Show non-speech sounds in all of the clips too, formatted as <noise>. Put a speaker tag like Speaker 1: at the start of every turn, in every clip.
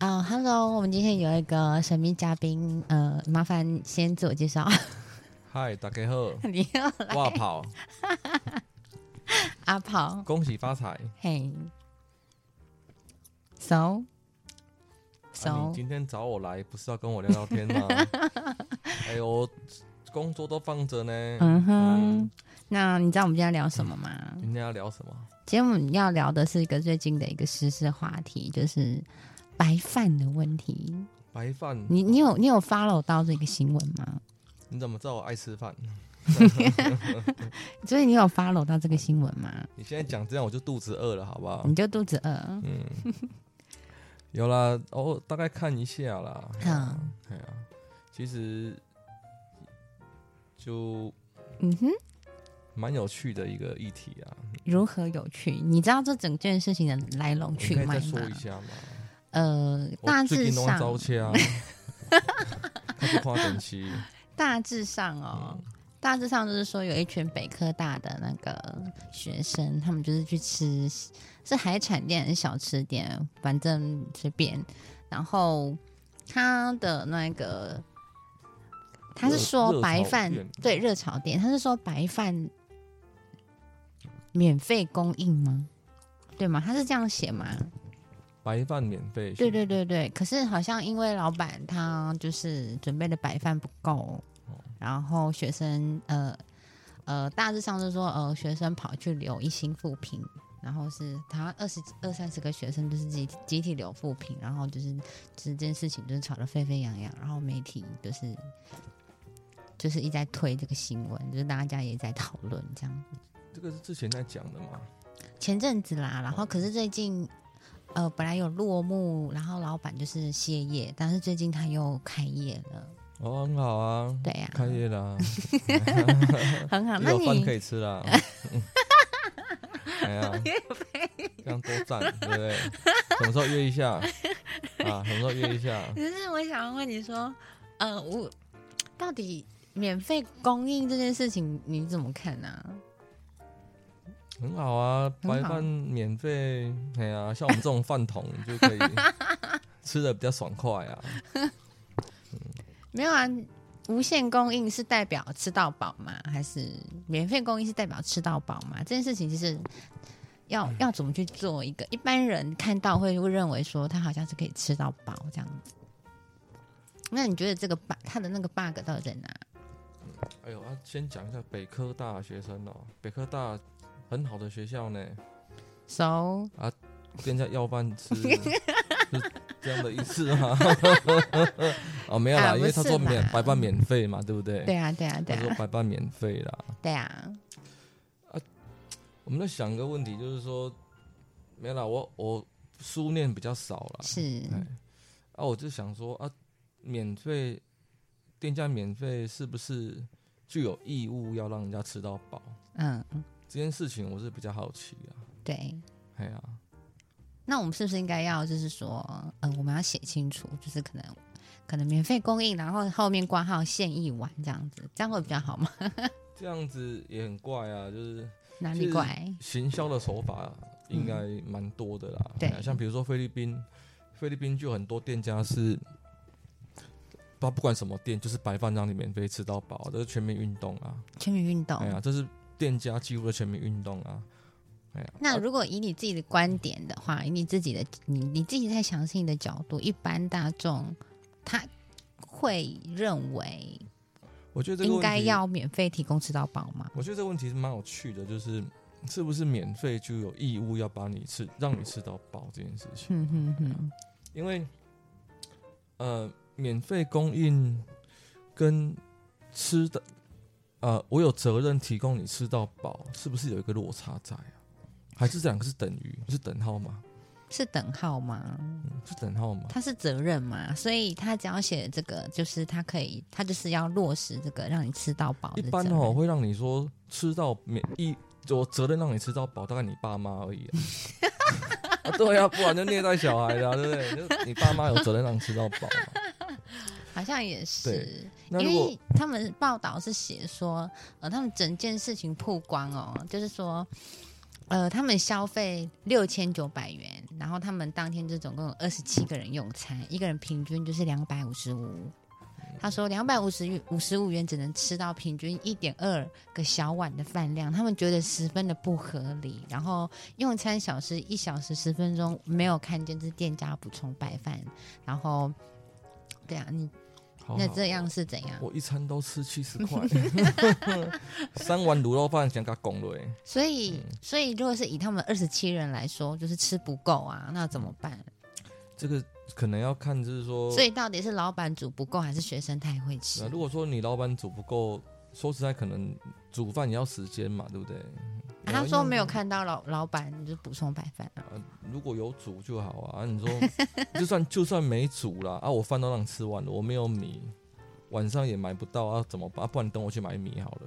Speaker 1: 哦、h e l l o 我们今天有一个神秘嘉宾，呃，麻烦先自我介绍。 <laughs>
Speaker 2: 嗨，大家好，
Speaker 1: 你要 <laughs> 来
Speaker 2: 哇跑，
Speaker 1: 阿跑，
Speaker 2: 恭喜发财！
Speaker 1: 嘿，So
Speaker 2: 啊
Speaker 1: So，
Speaker 2: 你今天找我来不是要跟我聊聊
Speaker 1: <laughs>
Speaker 2: 天吗？哎呦，我工作都放着呢。哎
Speaker 1: 嗯
Speaker 2: 啊
Speaker 1: 哼，那你知道我们今天要聊什么吗？
Speaker 2: 今天要聊什么？
Speaker 1: 今天我们要聊的是一个最近的一个时事话题，就是白饭的问题。
Speaker 2: 白饭？
Speaker 1: 你你有你有 follow 到这个新闻吗？
Speaker 2: 你怎么知道我爱吃饭？
Speaker 1: 所以你有 follow 到这个新闻吗？
Speaker 2: 你现在讲这样，我就肚子饿了，好不好
Speaker 1: 你？就肚子饿，
Speaker 2: 哦嗯， <laughs> 有啦，哦，大概看一下啦。哎呀
Speaker 1: 嗯，
Speaker 2: 哎呀其实就
Speaker 1: 嗯哼，
Speaker 2: 蛮有趣的一个议题啊。
Speaker 1: 如何有趣？你知道这整件事情的来龙
Speaker 2: 你
Speaker 1: 去
Speaker 2: 可以
Speaker 1: 脉
Speaker 2: 再
Speaker 1: 吗
Speaker 2: 说？一下吗？
Speaker 1: 呃，大
Speaker 2: 我最
Speaker 1: 致
Speaker 2: 近拢
Speaker 1: 上，
Speaker 2: 招车
Speaker 1: <laughs>
Speaker 2: 啊，开始看电视。
Speaker 1: 大致上哦，
Speaker 2: 嗯
Speaker 1: 大致上就是说，有一群北科大的那个学生，他们就是去吃是海产店还是小吃店，反正随便。然后他的那个，他是
Speaker 2: 热热
Speaker 1: 说
Speaker 2: 炒
Speaker 1: 白饭
Speaker 2: 店
Speaker 1: 对热炒店，他是说白饭免费供应吗？对吗？他是这样写吗？
Speaker 2: 白饭免费，
Speaker 1: 对对对对，可是好像因为老板他就是准备的白饭不够，然后学生呃呃大致上是说呃学生跑去留一星复评，然后是他二十二三十个学生就是集集体留复评，然后就是这件事情就是吵得沸沸扬扬，然后媒体就是就是一直在推这个新闻，就是大家也在讨论这样。
Speaker 2: 这个是之前在讲的嘛。
Speaker 1: 前阵子啦，
Speaker 2: 哦
Speaker 1: 然后可是最近，呃，本来有落幕，然后老板就是歇业，但是最近他又开业了，
Speaker 2: 哦，很好啊，
Speaker 1: 对呀、
Speaker 2: 开业啦，
Speaker 1: <laughs> 很好。那
Speaker 2: 有饭
Speaker 1: 你
Speaker 2: 可以吃
Speaker 1: <laughs>
Speaker 2: 啦。哎呀，这样多赞，对不对？什么时候约一下啊？什么时候约一下？
Speaker 1: 可是我想要问你说，呃，我到底免费供应这件事情你怎么看啊呢、
Speaker 2: 很好啊，
Speaker 1: 很好
Speaker 2: 白饭免费，哎呀，像我们这种饭桶就
Speaker 1: <laughs>
Speaker 2: 可以吃的比较爽快啊。
Speaker 1: 没有啊，无限供应是代表吃到饱吗？还是免费供应是代表吃到饱吗？这件事情其实要要怎么去做一个一般人看到会会认为说他好像是可以吃到饱这样子。那你觉得这个 bug 他的那个 bug 到底在哪？
Speaker 2: 哎呦，啊、先讲一下北科大的学生哦，北科大很好的学校呢，
Speaker 1: 熟、
Speaker 2: 跟人家要饭
Speaker 1: <laughs>
Speaker 2: 吃，是这样的意思吗？ <laughs> 哦，没有啦，
Speaker 1: 啊
Speaker 2: 因为他
Speaker 1: 不是
Speaker 2: 说免
Speaker 1: 啦
Speaker 2: 白饭免费嘛，对不对？
Speaker 1: 对啊，对啊，对
Speaker 2: 他说
Speaker 1: 啊，
Speaker 2: 白饭免费啦。
Speaker 1: 对啊，
Speaker 2: 我们在想一个问题，就是说，没有啦，我我书念比较少啦，
Speaker 1: 是，
Speaker 2: 哎啊，我就想说啊，免费店家免费是不是就有义务要让人家吃到饱？
Speaker 1: 嗯，
Speaker 2: 这件事情我是比较好奇啊，
Speaker 1: 对。
Speaker 2: 哎呀、
Speaker 1: 那我们是不是应该要就是说，呃，我们要写清楚，就是可能可能免费供应，然后后面挂号现役完这样子，这样会比较好吗？
Speaker 2: 这样子也很怪啊，就是
Speaker 1: 哪里怪？
Speaker 2: 行销的手法应该蛮多的啦。
Speaker 1: 嗯对
Speaker 2: 哎呀像比如说菲律宾，菲律宾就有很多店家是，他不管什么店，就是白饭让你免费吃到饱，这是全民运动啊！
Speaker 1: 全民运动。
Speaker 2: 哎呀，这是店家几乎的全民运动啊！哎呀，
Speaker 1: 那
Speaker 2: 啊
Speaker 1: 如果以你自己的观点的话，以你自己的你你自己在详细的角度，一般大众他会认为
Speaker 2: 我觉得这个
Speaker 1: 应
Speaker 2: 问题
Speaker 1: 该，要免费提供吃到饱吗？
Speaker 2: 我觉得这个问题是蛮有趣的，就是是不是免费就有义务要把你吃让你吃到饱这件事
Speaker 1: 哼
Speaker 2: 情？
Speaker 1: 哼哼，
Speaker 2: 因为呃，免费供应跟吃的，呃，我有责任提供你吃到饱，是不是有一个落差在啊？还是这两个是等于是等号吗？
Speaker 1: 是等号吗？
Speaker 2: 嗯，是等号吗？
Speaker 1: 他是责任嘛，所以他只要写这个，就是他可以，他就是要落实这个让你欸吃到饱
Speaker 2: 一
Speaker 1: 的责
Speaker 2: 般
Speaker 1: 任。
Speaker 2: 哦，会让你说吃到免一，我责任让你吃到饱，大概你爸妈而已啊、 <laughs> 啊对啊，不然就虐待小孩的、啊，对不对？就你爸妈有责任让你吃到饱嘛？
Speaker 1: 好像也是
Speaker 2: 对，那
Speaker 1: 因
Speaker 2: 如果
Speaker 1: 为他们报道是写说，呃，他们整件事情曝光哦，就是说，呃，他们消费六千九百元，然后他们当天就总共有二十七个人用餐，一个人平均就是两百五十五。他说两百五十五十五元只能吃到平均一点二个小碗的饭量，他们觉得十分的不合理。然后用餐小时一小时十分钟没有看见，是店家补充白饭。然后，对啊，你
Speaker 2: 好
Speaker 1: 那
Speaker 2: 好
Speaker 1: 这样是怎样？
Speaker 2: 我一餐都吃七十块，三碗卤肉饭想给它拱了欸
Speaker 1: 所以，所以如果是以他们二十七人来说，就是吃不够啊，那怎么办？
Speaker 2: 这个可能要看就是说，
Speaker 1: 所以到底是老板煮不够，还是学生太会吃
Speaker 2: 呃，？嗯如果说你老板煮不够，说实在可能煮饭也要时间嘛，对不对？
Speaker 1: 啊他说没有看到老老板就补充白饭啊，
Speaker 2: 啊，如果有煮就好啊。你说，就算就算没煮啦，啊，我饭都让你吃完了，我没有米，晚上也买不到啊，怎么办？啊不然你等我去买米好了。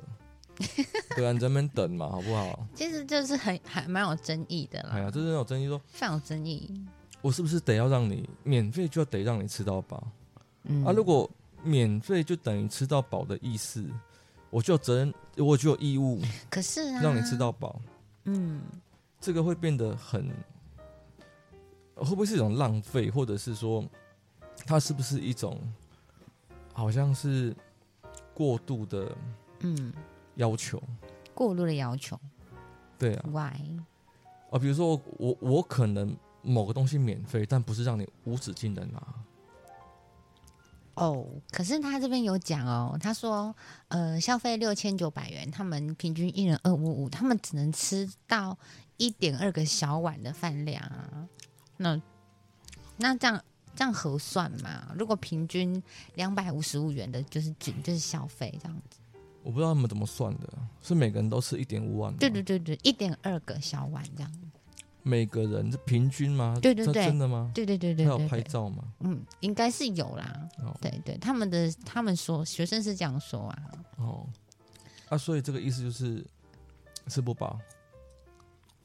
Speaker 2: 对啊，你在那边等嘛，好
Speaker 1: <laughs>
Speaker 2: 不好？
Speaker 1: 其实就是很还蛮有争议的
Speaker 2: 哎呀，
Speaker 1: 啦，
Speaker 2: 这是有争议说，
Speaker 1: 非常有争议。
Speaker 2: 我是不是得要让你免费就要得让你吃到饱、
Speaker 1: 嗯
Speaker 2: 啊？如果免费就等于吃到饱的意思，我就有责任，我就有义务
Speaker 1: 可是啊，
Speaker 2: 让你吃，到饱。
Speaker 1: 嗯，
Speaker 2: 这个会变得很，会不会是一种浪费，或者是说，它是不是一种好像是过度的
Speaker 1: 嗯，
Speaker 2: 要求？
Speaker 1: 过度的要求
Speaker 2: 对
Speaker 1: 嗯
Speaker 2: 啊，
Speaker 1: ，why？
Speaker 2: 啊，比如说我我可能某个东西免费，但不是让你无止境的拿，
Speaker 1: 哦，可是他这边有讲哦，他说，呃，消费六千九百元，他们平均一人二五五，他们只能吃到一点二个小碗的饭量啊。那那这样这样核算嘛？如果平均两百五十五元的，就是仅就是消费这样子。
Speaker 2: 我不知道他们怎么算的，是每个人都吃一点五万，
Speaker 1: 对对，对对，一点二个小碗这样。
Speaker 2: 每个人是平均吗？
Speaker 1: 对对
Speaker 2: 这
Speaker 1: 对
Speaker 2: 真的吗？
Speaker 1: 对对对
Speaker 2: 他
Speaker 1: 对
Speaker 2: 有
Speaker 1: 对
Speaker 2: 拍
Speaker 1: 对，
Speaker 2: 照吗？
Speaker 1: 嗯，应该是有啦。
Speaker 2: 哦
Speaker 1: 对对，他们的他们说学生是这样说啊，
Speaker 2: 哦，啊，所以这个意思就是吃不饱。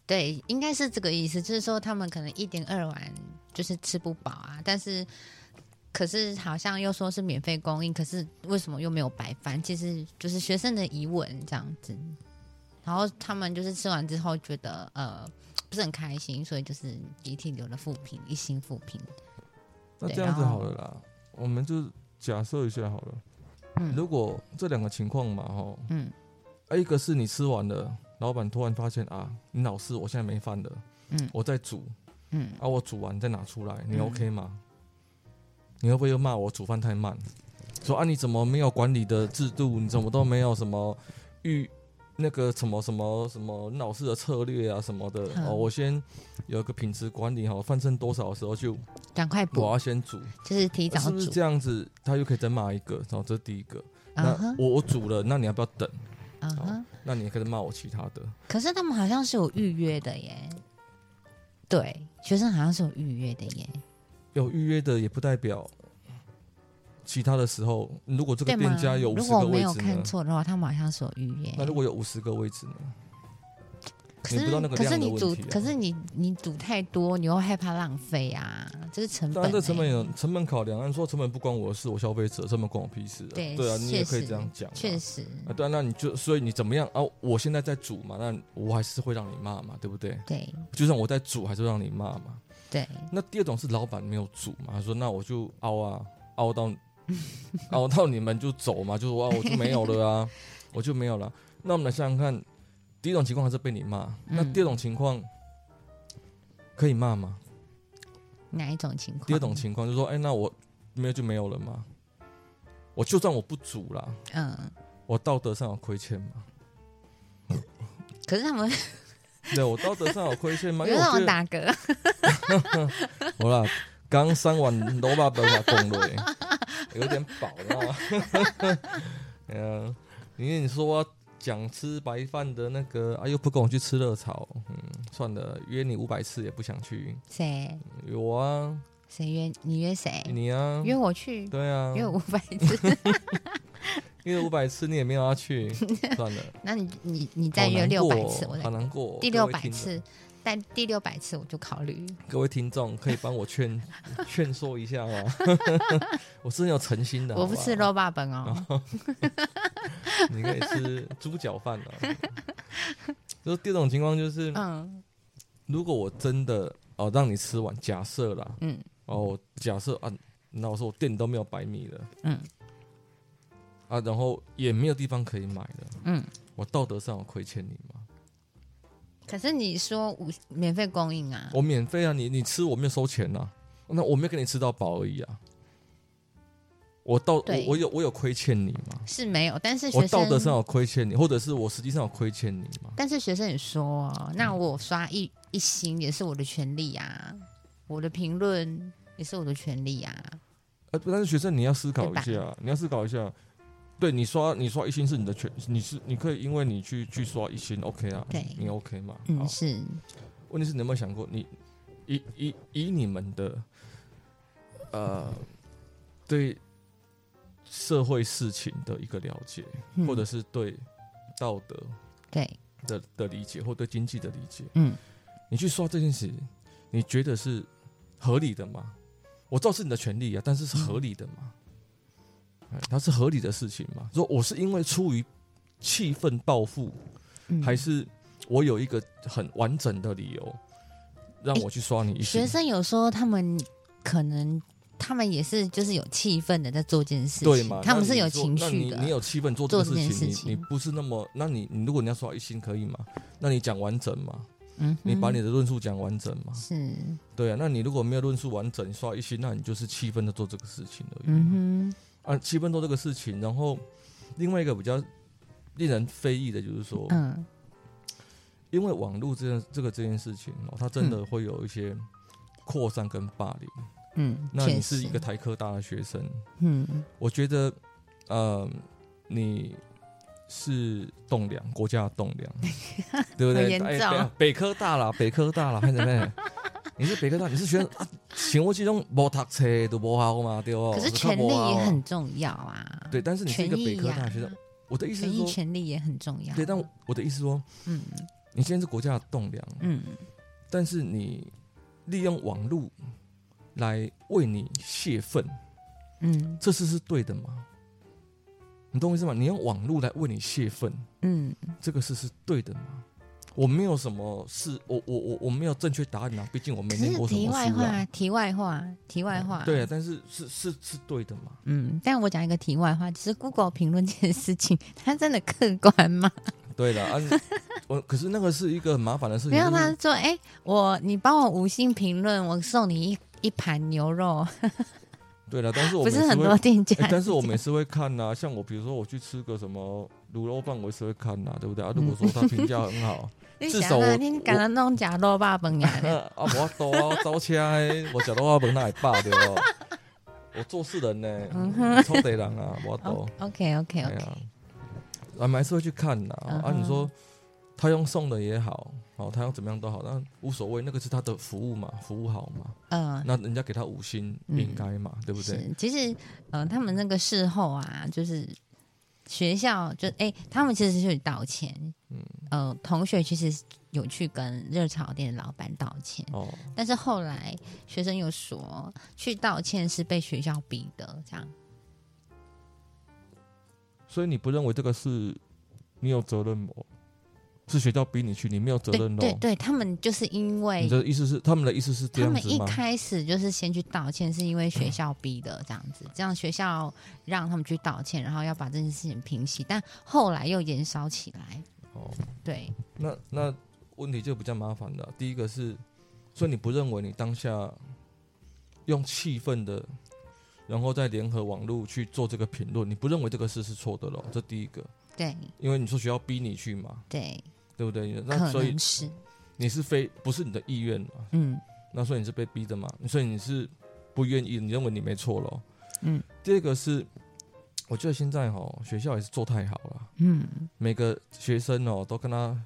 Speaker 1: 对，应该是这个意思，就是说他们可能一点二碗就是吃不饱啊，但是可是好像又说是免费供应，可是为什么又没有白饭？其实就是学生的疑问这样子。然后他们就是吃完之后觉得呃不是很开心，所以就是集体留了负评，一星负评。
Speaker 2: 那
Speaker 1: 对哦
Speaker 2: 这样子
Speaker 1: 然后
Speaker 2: 好了啦，我们就假设一下好了。
Speaker 1: 嗯
Speaker 2: 如果这两个情况嘛，哈，
Speaker 1: 嗯
Speaker 2: 啊一个是你吃完了，老板突然发现啊，你老师我现在没饭了，
Speaker 1: 嗯
Speaker 2: 我在煮，
Speaker 1: 嗯，
Speaker 2: 啊，我煮完再拿出来，你
Speaker 1: 嗯
Speaker 2: OK 吗？你会不会又骂我煮饭太慢？说啊，你怎么没有管理的制度？你怎么都没有什么预那个什么什么什么你老师的策略啊什么的？
Speaker 1: 嗯
Speaker 2: 哦，我先有一个品质管理哈，饭剩多少的时候就
Speaker 1: 赶快补
Speaker 2: 我，要先煮。啊
Speaker 1: 就是提早
Speaker 2: 是不是
Speaker 1: 煮。
Speaker 2: 这样子，他又可以再骂一个？然后这是第一个。
Speaker 1: 嗯
Speaker 2: 那
Speaker 1: 哼
Speaker 2: 我我煮了，那你要不要等？
Speaker 1: 嗯哼，
Speaker 2: 那哦你也可以骂我其他的。
Speaker 1: 可是他们好像是有预约的耶。对，学生好像是有预约的耶。
Speaker 2: 有预约的也不代表其他的时候，如果这
Speaker 1: 对
Speaker 2: 个
Speaker 1: 吗？
Speaker 2: 店家有五
Speaker 1: 如
Speaker 2: 十
Speaker 1: 果
Speaker 2: 个
Speaker 1: 我没
Speaker 2: 位
Speaker 1: 有
Speaker 2: 置
Speaker 1: 看
Speaker 2: 呢？
Speaker 1: 错的话，他们好像是有预约。
Speaker 2: 那如果有五十个位置呢？
Speaker 1: 可
Speaker 2: 你不知道
Speaker 1: 是
Speaker 2: 那个
Speaker 1: 可是
Speaker 2: 量的
Speaker 1: 你煮
Speaker 2: 问题啊，
Speaker 1: 可是你你煮太多，你又害怕浪费啊，这是成
Speaker 2: 当
Speaker 1: 本、欸。
Speaker 2: 然，这成本有成本考量。按说成本不关我的事，我消费者成本关我屁事啊。
Speaker 1: 对
Speaker 2: 啊，你也可
Speaker 1: 确
Speaker 2: 以
Speaker 1: 实
Speaker 2: 这样讲啊。
Speaker 1: 确实，
Speaker 2: 啊，对啊，那你就所以你怎么样啊？我现在在煮嘛，那我还是会让你骂嘛，对不对？
Speaker 1: 对
Speaker 2: 就算我在煮，还是会让你骂嘛。
Speaker 1: 对，
Speaker 2: 那第二种是老板没有煮嘛，他说那我就熬啊，熬到熬到你们就走嘛，就是哇我就没有了啊，我就没有了。那我们来想想看，第一种情况还是被你骂，那第二种情况可以骂吗？
Speaker 1: 哪一种情况？
Speaker 2: 第二种，情况就是说，哎、那我没有就没有了嘛，我就算我不煮啦，
Speaker 1: 嗯，
Speaker 2: 我道德上有亏欠嘛，
Speaker 1: 可是他们
Speaker 2: 对我道德上有亏欠吗？因
Speaker 1: 有
Speaker 2: 为我
Speaker 1: 那
Speaker 2: 觉
Speaker 1: 种
Speaker 2: 得
Speaker 1: 打嗝，
Speaker 2: 好啦，刚三碗萝卜白嘛拱了耶，有点饱，你知道吗？ <laughs> 嗯、因为你说讲吃白饭的那个啊，又不跟我去吃热炒，嗯，算了，约你五百次也不想去。
Speaker 1: 谁
Speaker 2: 有啊，
Speaker 1: 谁约你约谁？
Speaker 2: 你啊，
Speaker 1: 约我去，
Speaker 2: 对啊，
Speaker 1: 约我五百
Speaker 2: <laughs>
Speaker 1: 次，
Speaker 2: 约五百次你也没有
Speaker 1: <laughs>
Speaker 2: 要去，算了，
Speaker 1: 那你你你再
Speaker 2: 好
Speaker 1: 约
Speaker 2: 难
Speaker 1: 六
Speaker 2: 过
Speaker 1: 百
Speaker 2: 哦，
Speaker 1: 次，我再
Speaker 2: 好难过哦。
Speaker 1: 第
Speaker 2: 各
Speaker 1: 六
Speaker 2: 位
Speaker 1: 百
Speaker 2: 听众，
Speaker 1: 次，但第六百次我就考虑。
Speaker 2: 各位听众可以帮我劝 <laughs> 劝说一下吗？ <laughs> 我是很有诚心的，
Speaker 1: 我不
Speaker 2: 好啊
Speaker 1: 吃
Speaker 2: 好
Speaker 1: 肉霸本
Speaker 2: <laughs>
Speaker 1: 哦，
Speaker 2: 你可以
Speaker 1: <laughs>
Speaker 2: 吃猪脚饭啊哦。就是第二种情况，就是
Speaker 1: 嗯
Speaker 2: 如果我真的哦，让你吃完，假设啦，
Speaker 1: 嗯
Speaker 2: 哦，假设啊，那我说我店里都没有白米了
Speaker 1: 嗯
Speaker 2: 啊，然后也没有地方可以买了，
Speaker 1: 嗯。
Speaker 2: 我道德上有亏欠你吗？
Speaker 1: 可是你说无免费供应啊，
Speaker 2: 我免费啊，你你吃我没有收钱呐、那我没有给你吃到饱而已啊。我道我
Speaker 1: 对
Speaker 2: 我有我有亏欠你吗？
Speaker 1: 是没有，但是
Speaker 2: 我
Speaker 1: 学
Speaker 2: 道
Speaker 1: 生
Speaker 2: 德上有亏欠你，或者是我实际上有亏欠你吗？
Speaker 1: 但是学生也说哦，那
Speaker 2: 嗯
Speaker 1: 我刷一一星也是我的权利啊，我的评论也是我的权利啊。
Speaker 2: 呃，但是学生你要思考一
Speaker 1: 对
Speaker 2: 下，你要思考一下，对你刷你刷一星是你的权，你是你可以因为你去去刷一星，OK 啊，
Speaker 1: 对
Speaker 2: 你 OK 嘛？好
Speaker 1: 嗯，是，
Speaker 2: 问题是你有没有想过，你以以以你们的呃对社会事情的一个了解，
Speaker 1: 嗯
Speaker 2: 或者是对道德
Speaker 1: 对，
Speaker 2: 的的理解，或对经济的理解，
Speaker 1: 嗯，
Speaker 2: 你去刷这件事，你觉得是合理的吗？我知道是你的权利啊，但是是合理的吗？哎它是合理的事情吗？说我是因为出于气愤报复，
Speaker 1: 嗯
Speaker 2: 还是我有一个很完整的理由让我去刷你一星
Speaker 1: 学？生有说他们可能他们也是就是有气氛的在做这件事情，
Speaker 2: 对嘛？
Speaker 1: 他们是
Speaker 2: 那
Speaker 1: 有
Speaker 2: 你说
Speaker 1: 情
Speaker 2: 那
Speaker 1: 绪
Speaker 2: 你你
Speaker 1: 的，
Speaker 2: 有气愤做这个
Speaker 1: 做
Speaker 2: 事
Speaker 1: 这件
Speaker 2: 情，
Speaker 1: 事
Speaker 2: 你你
Speaker 1: 情
Speaker 2: 不是那么，那你你如果你要刷一星可以吗？那你讲完整嘛？
Speaker 1: 嗯哼，
Speaker 2: 你把你的论述讲完整嘛？
Speaker 1: 是，
Speaker 2: 对啊，那你如果没有论述完整，你刷一星，那你就是气愤的做这个事情而已。
Speaker 1: 嗯哼，
Speaker 2: 啊，七分多这个事情，然后另外一个比较令人非议的就是说，
Speaker 1: 嗯，
Speaker 2: 因为网络这件这个这件事情哦，它真的会有一些扩散跟霸凌。
Speaker 1: 嗯，
Speaker 2: 那
Speaker 1: 确
Speaker 2: 你是一
Speaker 1: 实
Speaker 2: 个，台科大的学生，
Speaker 1: 嗯
Speaker 2: 我觉得，呃，你是栋梁，国家的栋
Speaker 1: <laughs>
Speaker 2: 梁，对
Speaker 1: 好
Speaker 2: 不对？
Speaker 1: 严重
Speaker 2: 北北科大啦，北科大啦，看见没？你是北科大，你是学生啊？请问其中无读册都无好嘛，对哦。
Speaker 1: 可是
Speaker 2: 我较
Speaker 1: 权利
Speaker 2: 无好
Speaker 1: 也
Speaker 2: 啊
Speaker 1: 很重要啊，
Speaker 2: 对，但是你是一个
Speaker 1: 权益
Speaker 2: 北科
Speaker 1: 呀嗯
Speaker 2: 大学生，我的意思
Speaker 1: 权
Speaker 2: 是
Speaker 1: 益
Speaker 2: 说，
Speaker 1: 权利也很重要，
Speaker 2: 对，但我的意思说，
Speaker 1: 嗯
Speaker 2: 你现在是国家的栋梁，
Speaker 1: 嗯，
Speaker 2: 但是你利用网络来为你泄愤，
Speaker 1: 嗯
Speaker 2: 这次是对的吗？你懂我意思吗？你用网络来为你泄愤，
Speaker 1: 嗯，
Speaker 2: 这个事是对的吗？我没有什么事，我我我我没有正确答案啊，毕竟我没
Speaker 1: 可
Speaker 2: 念
Speaker 1: 是
Speaker 2: 过什
Speaker 1: 题
Speaker 2: 么
Speaker 1: 外
Speaker 2: 书
Speaker 1: 话
Speaker 2: 啊。，
Speaker 1: 题外话，题外话，
Speaker 2: 对啊，，但是是是是对的嘛？
Speaker 1: 嗯，但我讲一个题外话，其实 Google 评论这件事情，它真的客观吗？
Speaker 2: 对
Speaker 1: <laughs>
Speaker 2: 了，啊，我可是那个是一个很麻烦的事情。
Speaker 1: 没有，
Speaker 2: 就是
Speaker 1: 他说，哎、我你帮我五星评论，我送你一一盘牛肉，
Speaker 2: 对了，但是我
Speaker 1: 啊不
Speaker 2: 们
Speaker 1: 是很多店家、
Speaker 2: 欸但是我每次会看呐、像我比如说我去吃个什么卤肉饭，我也是会看呐、对不对啊？如
Speaker 1: 嗯
Speaker 2: 果说他评价很
Speaker 1: <laughs>
Speaker 2: 好，
Speaker 1: 你
Speaker 2: 至
Speaker 1: 想
Speaker 2: 少
Speaker 1: 啊
Speaker 2: 我
Speaker 1: 你敢刚弄假肉霸本呀？
Speaker 2: <laughs> 那啊，我多啊，招车的，我食到我门那会饱对哦。 <laughs> 我做事人呢、
Speaker 1: 嗯哦
Speaker 2: 超得人啊，我多。
Speaker 1: OK OK
Speaker 2: 哎
Speaker 1: OK，
Speaker 2: 呀，我们还是会去看呐、
Speaker 1: 嗯
Speaker 2: 啊，
Speaker 1: 哼
Speaker 2: 你说他用送的也好，哦，他要怎么样都好，那无所谓，那个是他的服务嘛，服务好嘛，
Speaker 1: 嗯、
Speaker 2: 那人家给他五星
Speaker 1: 嗯
Speaker 2: 应该嘛，对不对？
Speaker 1: 是，其实，呃，他们那个事后啊，就是学校就哎、他们其实是有道歉，嗯
Speaker 2: 嗯，
Speaker 1: 呃，同学其实有去跟热炒店的老板道歉，
Speaker 2: 哦，
Speaker 1: 但是后来学生又说，去道歉是被学校逼的，这样
Speaker 2: 所以你不认为这个是你有责任吗？是学校逼你去，你没有责
Speaker 1: 对
Speaker 2: 任
Speaker 1: 对
Speaker 2: 哦。
Speaker 1: 对，他们就是因为
Speaker 2: 你的意思是他们的意思是这
Speaker 1: 他
Speaker 2: 样
Speaker 1: 们
Speaker 2: 子
Speaker 1: 一
Speaker 2: 吗？
Speaker 1: 开始就是先去道歉，是因为学校逼的这样子，这样学校让他们去道歉，然后要把这件事情平息，但后来又延烧起来，
Speaker 2: 哦，
Speaker 1: 对，
Speaker 2: 那那问题就比较麻烦了。第一个是，所以你不认为你当下用气愤的，然后再联合网络去做这个评论，你不认为这个事是错的咯？这第一个，
Speaker 1: 对
Speaker 2: 因为你说学校逼你去嘛，
Speaker 1: 对，
Speaker 2: 对不对？那
Speaker 1: 可
Speaker 2: 所以
Speaker 1: 能是，
Speaker 2: 你是非不是你的意愿嘛？
Speaker 1: 嗯
Speaker 2: 那所以你是被逼的嘛？所以你是不愿意，你认为你没错咯。
Speaker 1: 嗯。
Speaker 2: 第二个是，我觉得现在哈、学校也是做太好了，
Speaker 1: 嗯
Speaker 2: 每个学生哦都跟他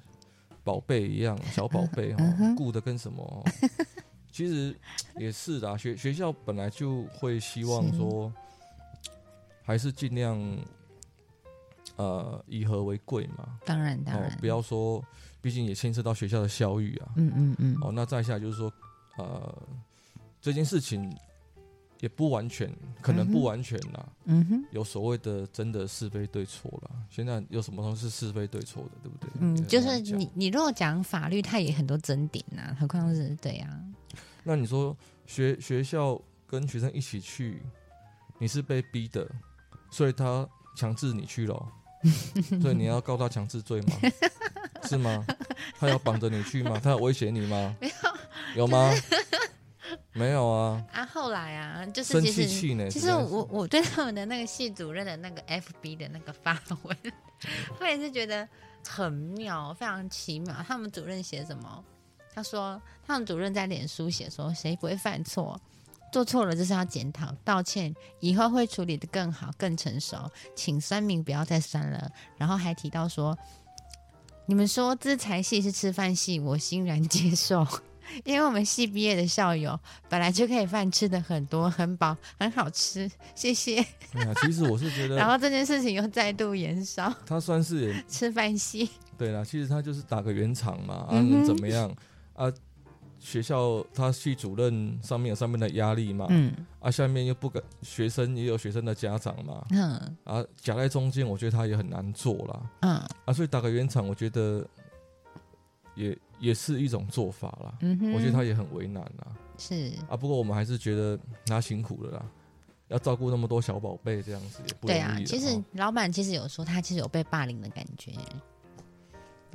Speaker 2: 宝贝一样，小宝贝
Speaker 1: 嗯
Speaker 2: 哦
Speaker 1: 哼，
Speaker 2: 顾的跟什
Speaker 1: <laughs>
Speaker 2: 么哦、其实也是的，学学校本来就会希望
Speaker 1: 是
Speaker 2: 说，还是尽量呃以和为贵嘛，
Speaker 1: 当然当
Speaker 2: 哦
Speaker 1: 然，
Speaker 2: 不要说，毕竟也牵涉到学校的校誉啊，
Speaker 1: 嗯嗯嗯，
Speaker 2: 哦，那再下来就是说，呃，这件事情也不完全，可能
Speaker 1: 嗯哼
Speaker 2: 不完全啦，
Speaker 1: 嗯哼。
Speaker 2: 有所谓的真的是非对错啦。现在有什么东西是是非对错的，对不对？
Speaker 1: 嗯，
Speaker 2: 也
Speaker 1: 就
Speaker 2: 很
Speaker 1: 是
Speaker 2: 难讲
Speaker 1: 啊你，你如果讲法律，它也很多争点呐、何况是对呀、
Speaker 2: 那你说学学校跟学生一起去，你是被逼的，所以他强制你去
Speaker 1: <laughs>
Speaker 2: 咯。所以你要告他强制罪吗？是吗？他要绑着你去吗？他要威胁你吗？
Speaker 1: 没有
Speaker 2: 有
Speaker 1: <laughs>
Speaker 2: 吗？没有啊，
Speaker 1: 啊，后来啊，就是
Speaker 2: 生
Speaker 1: 其
Speaker 2: 气
Speaker 1: 实
Speaker 2: 气呢。
Speaker 1: 其
Speaker 2: 只
Speaker 1: 实
Speaker 2: 能
Speaker 1: 我我对他们的那个系主任的那个 FB 的那个发文， <laughs> 我也是觉得很妙，非常奇妙。他们主任写什么？他说他们主任在脸书写说，谁不会犯错？做错了就是要检讨、道歉，以后会处理的更好、更成熟，请酸民不要再酸了。然后还提到说，你们说资财系是吃饭系，我欣然接受， <laughs> 因为我们系毕业的校友本来就可以饭吃的很多、 <laughs> 很饱、很好吃，谢谢。
Speaker 2: 哎呀，其实我是觉
Speaker 1: <laughs> 然
Speaker 2: 得
Speaker 1: 后这件事情又再度延烧，
Speaker 2: 他算是也
Speaker 1: 吃饭系
Speaker 2: 对啦，其实他就是打个圆场嘛，啊
Speaker 1: 嗯哼
Speaker 2: 能怎么样啊？学校他系主任上面有上面的压力嘛，
Speaker 1: 嗯
Speaker 2: 啊下面又不敢，学生也有学生的家长嘛，
Speaker 1: 嗯
Speaker 2: 啊夹在中间，我觉得他也很难做啦，
Speaker 1: 嗯
Speaker 2: 啊所以打个圆场，我觉得也也是一种做法啦，
Speaker 1: 嗯哼，
Speaker 2: 我觉得他也很为难啦，
Speaker 1: 是
Speaker 2: 啊不过我们还是觉得他辛苦了啦，要照顾那么多小宝贝这样子也不容
Speaker 1: 对
Speaker 2: 易啦
Speaker 1: 啊。其实
Speaker 2: 哦
Speaker 1: 老板其实有说他其实有被霸凌的感觉，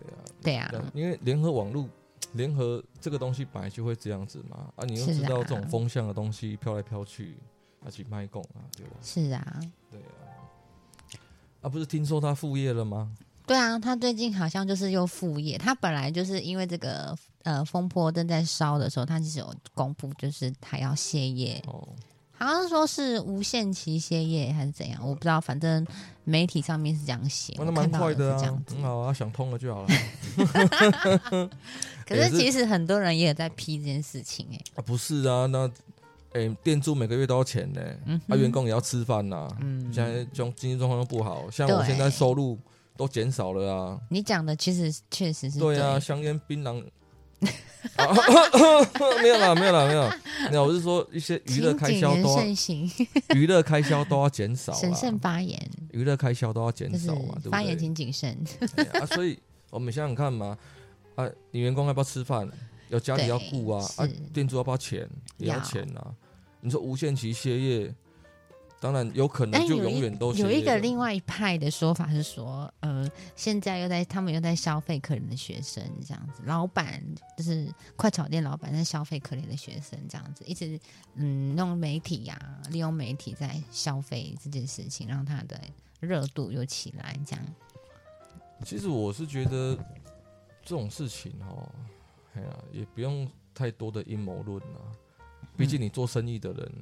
Speaker 2: 对啊，
Speaker 1: 对啊，
Speaker 2: 对因为联合网络，联合这个东西本来就会这样子嘛，啊，你又
Speaker 1: 是
Speaker 2: 知道
Speaker 1: 啊
Speaker 2: 这种风向的东西飘来飘去，啊，去卖供啊，对吧？
Speaker 1: 是啊，
Speaker 2: 对啊，啊，不是听说他副业了吗？
Speaker 1: 对啊，他最近好像就是又副业。他本来就是因为这个呃风波正在烧的时候，他其实有公布，就是他要歇业，
Speaker 2: 哦，
Speaker 1: 好像说是无限期歇业还是怎样，我不知道。反正媒体上面是这样写，
Speaker 2: 那
Speaker 1: 我
Speaker 2: 蛮
Speaker 1: 看到
Speaker 2: 快
Speaker 1: 的
Speaker 2: 的
Speaker 1: 是这
Speaker 2: 啊
Speaker 1: 样，子
Speaker 2: 很。好啊，想通了就好了 <coughs>
Speaker 1: 可
Speaker 2: 嗯也
Speaker 1: 是
Speaker 2: 是
Speaker 1: 其实很多人也有在批这件事情、欸，哎，
Speaker 2: 啊，不是啊，那，哎、店租每个月都要钱呢、
Speaker 1: 嗯
Speaker 2: 啊，
Speaker 1: 哼
Speaker 2: 员工也要吃饭呐、
Speaker 1: 嗯
Speaker 2: 现在状经济状况又不好，像我
Speaker 1: 对
Speaker 2: 现在收入都减少了啊，
Speaker 1: 你讲的其实确实是
Speaker 2: 对啊，
Speaker 1: 的，
Speaker 2: 香烟、槟榔。 <laughs> 啊 <laughs> 没有啦，没有啦，没有，没有。我是说一些娱乐
Speaker 1: 请
Speaker 2: 开
Speaker 1: 谨
Speaker 2: 销
Speaker 1: 言
Speaker 2: 都
Speaker 1: 慎
Speaker 2: 要
Speaker 1: 行，
Speaker 2: <laughs> 娱乐开销都要减少
Speaker 1: 审慎
Speaker 2: 啦，
Speaker 1: 发言，
Speaker 2: 娱乐开销都要减
Speaker 1: 就是
Speaker 2: 少嘛，对
Speaker 1: 发言
Speaker 2: 不
Speaker 1: 请谨慎。
Speaker 2: 对？哎呀啊，
Speaker 1: <laughs>
Speaker 2: 所以我们想想看嘛，啊，你员工要不要吃饭？有家里要顾啊，
Speaker 1: 对
Speaker 2: 啊
Speaker 1: 是，
Speaker 2: 店主要不要钱？也要
Speaker 1: 要
Speaker 2: 钱啊。你说无限期歇业，当然有可
Speaker 1: 但
Speaker 2: 能就
Speaker 1: 有一
Speaker 2: 永远都歇
Speaker 1: 有一
Speaker 2: 业
Speaker 1: 个
Speaker 2: 了
Speaker 1: 另外一派的说法是说，呃，现在又在他们又在消费可怜的学生这样子，老板就是快炒店老板在消费可怜的学生这样子，一直嗯用媒体呀、利用媒体在消费这件事情，让他的热度又起来这样。
Speaker 2: 其实我是觉得这种事情哦，哎呀、也不用太多的阴谋论啦。毕竟你做生意的人，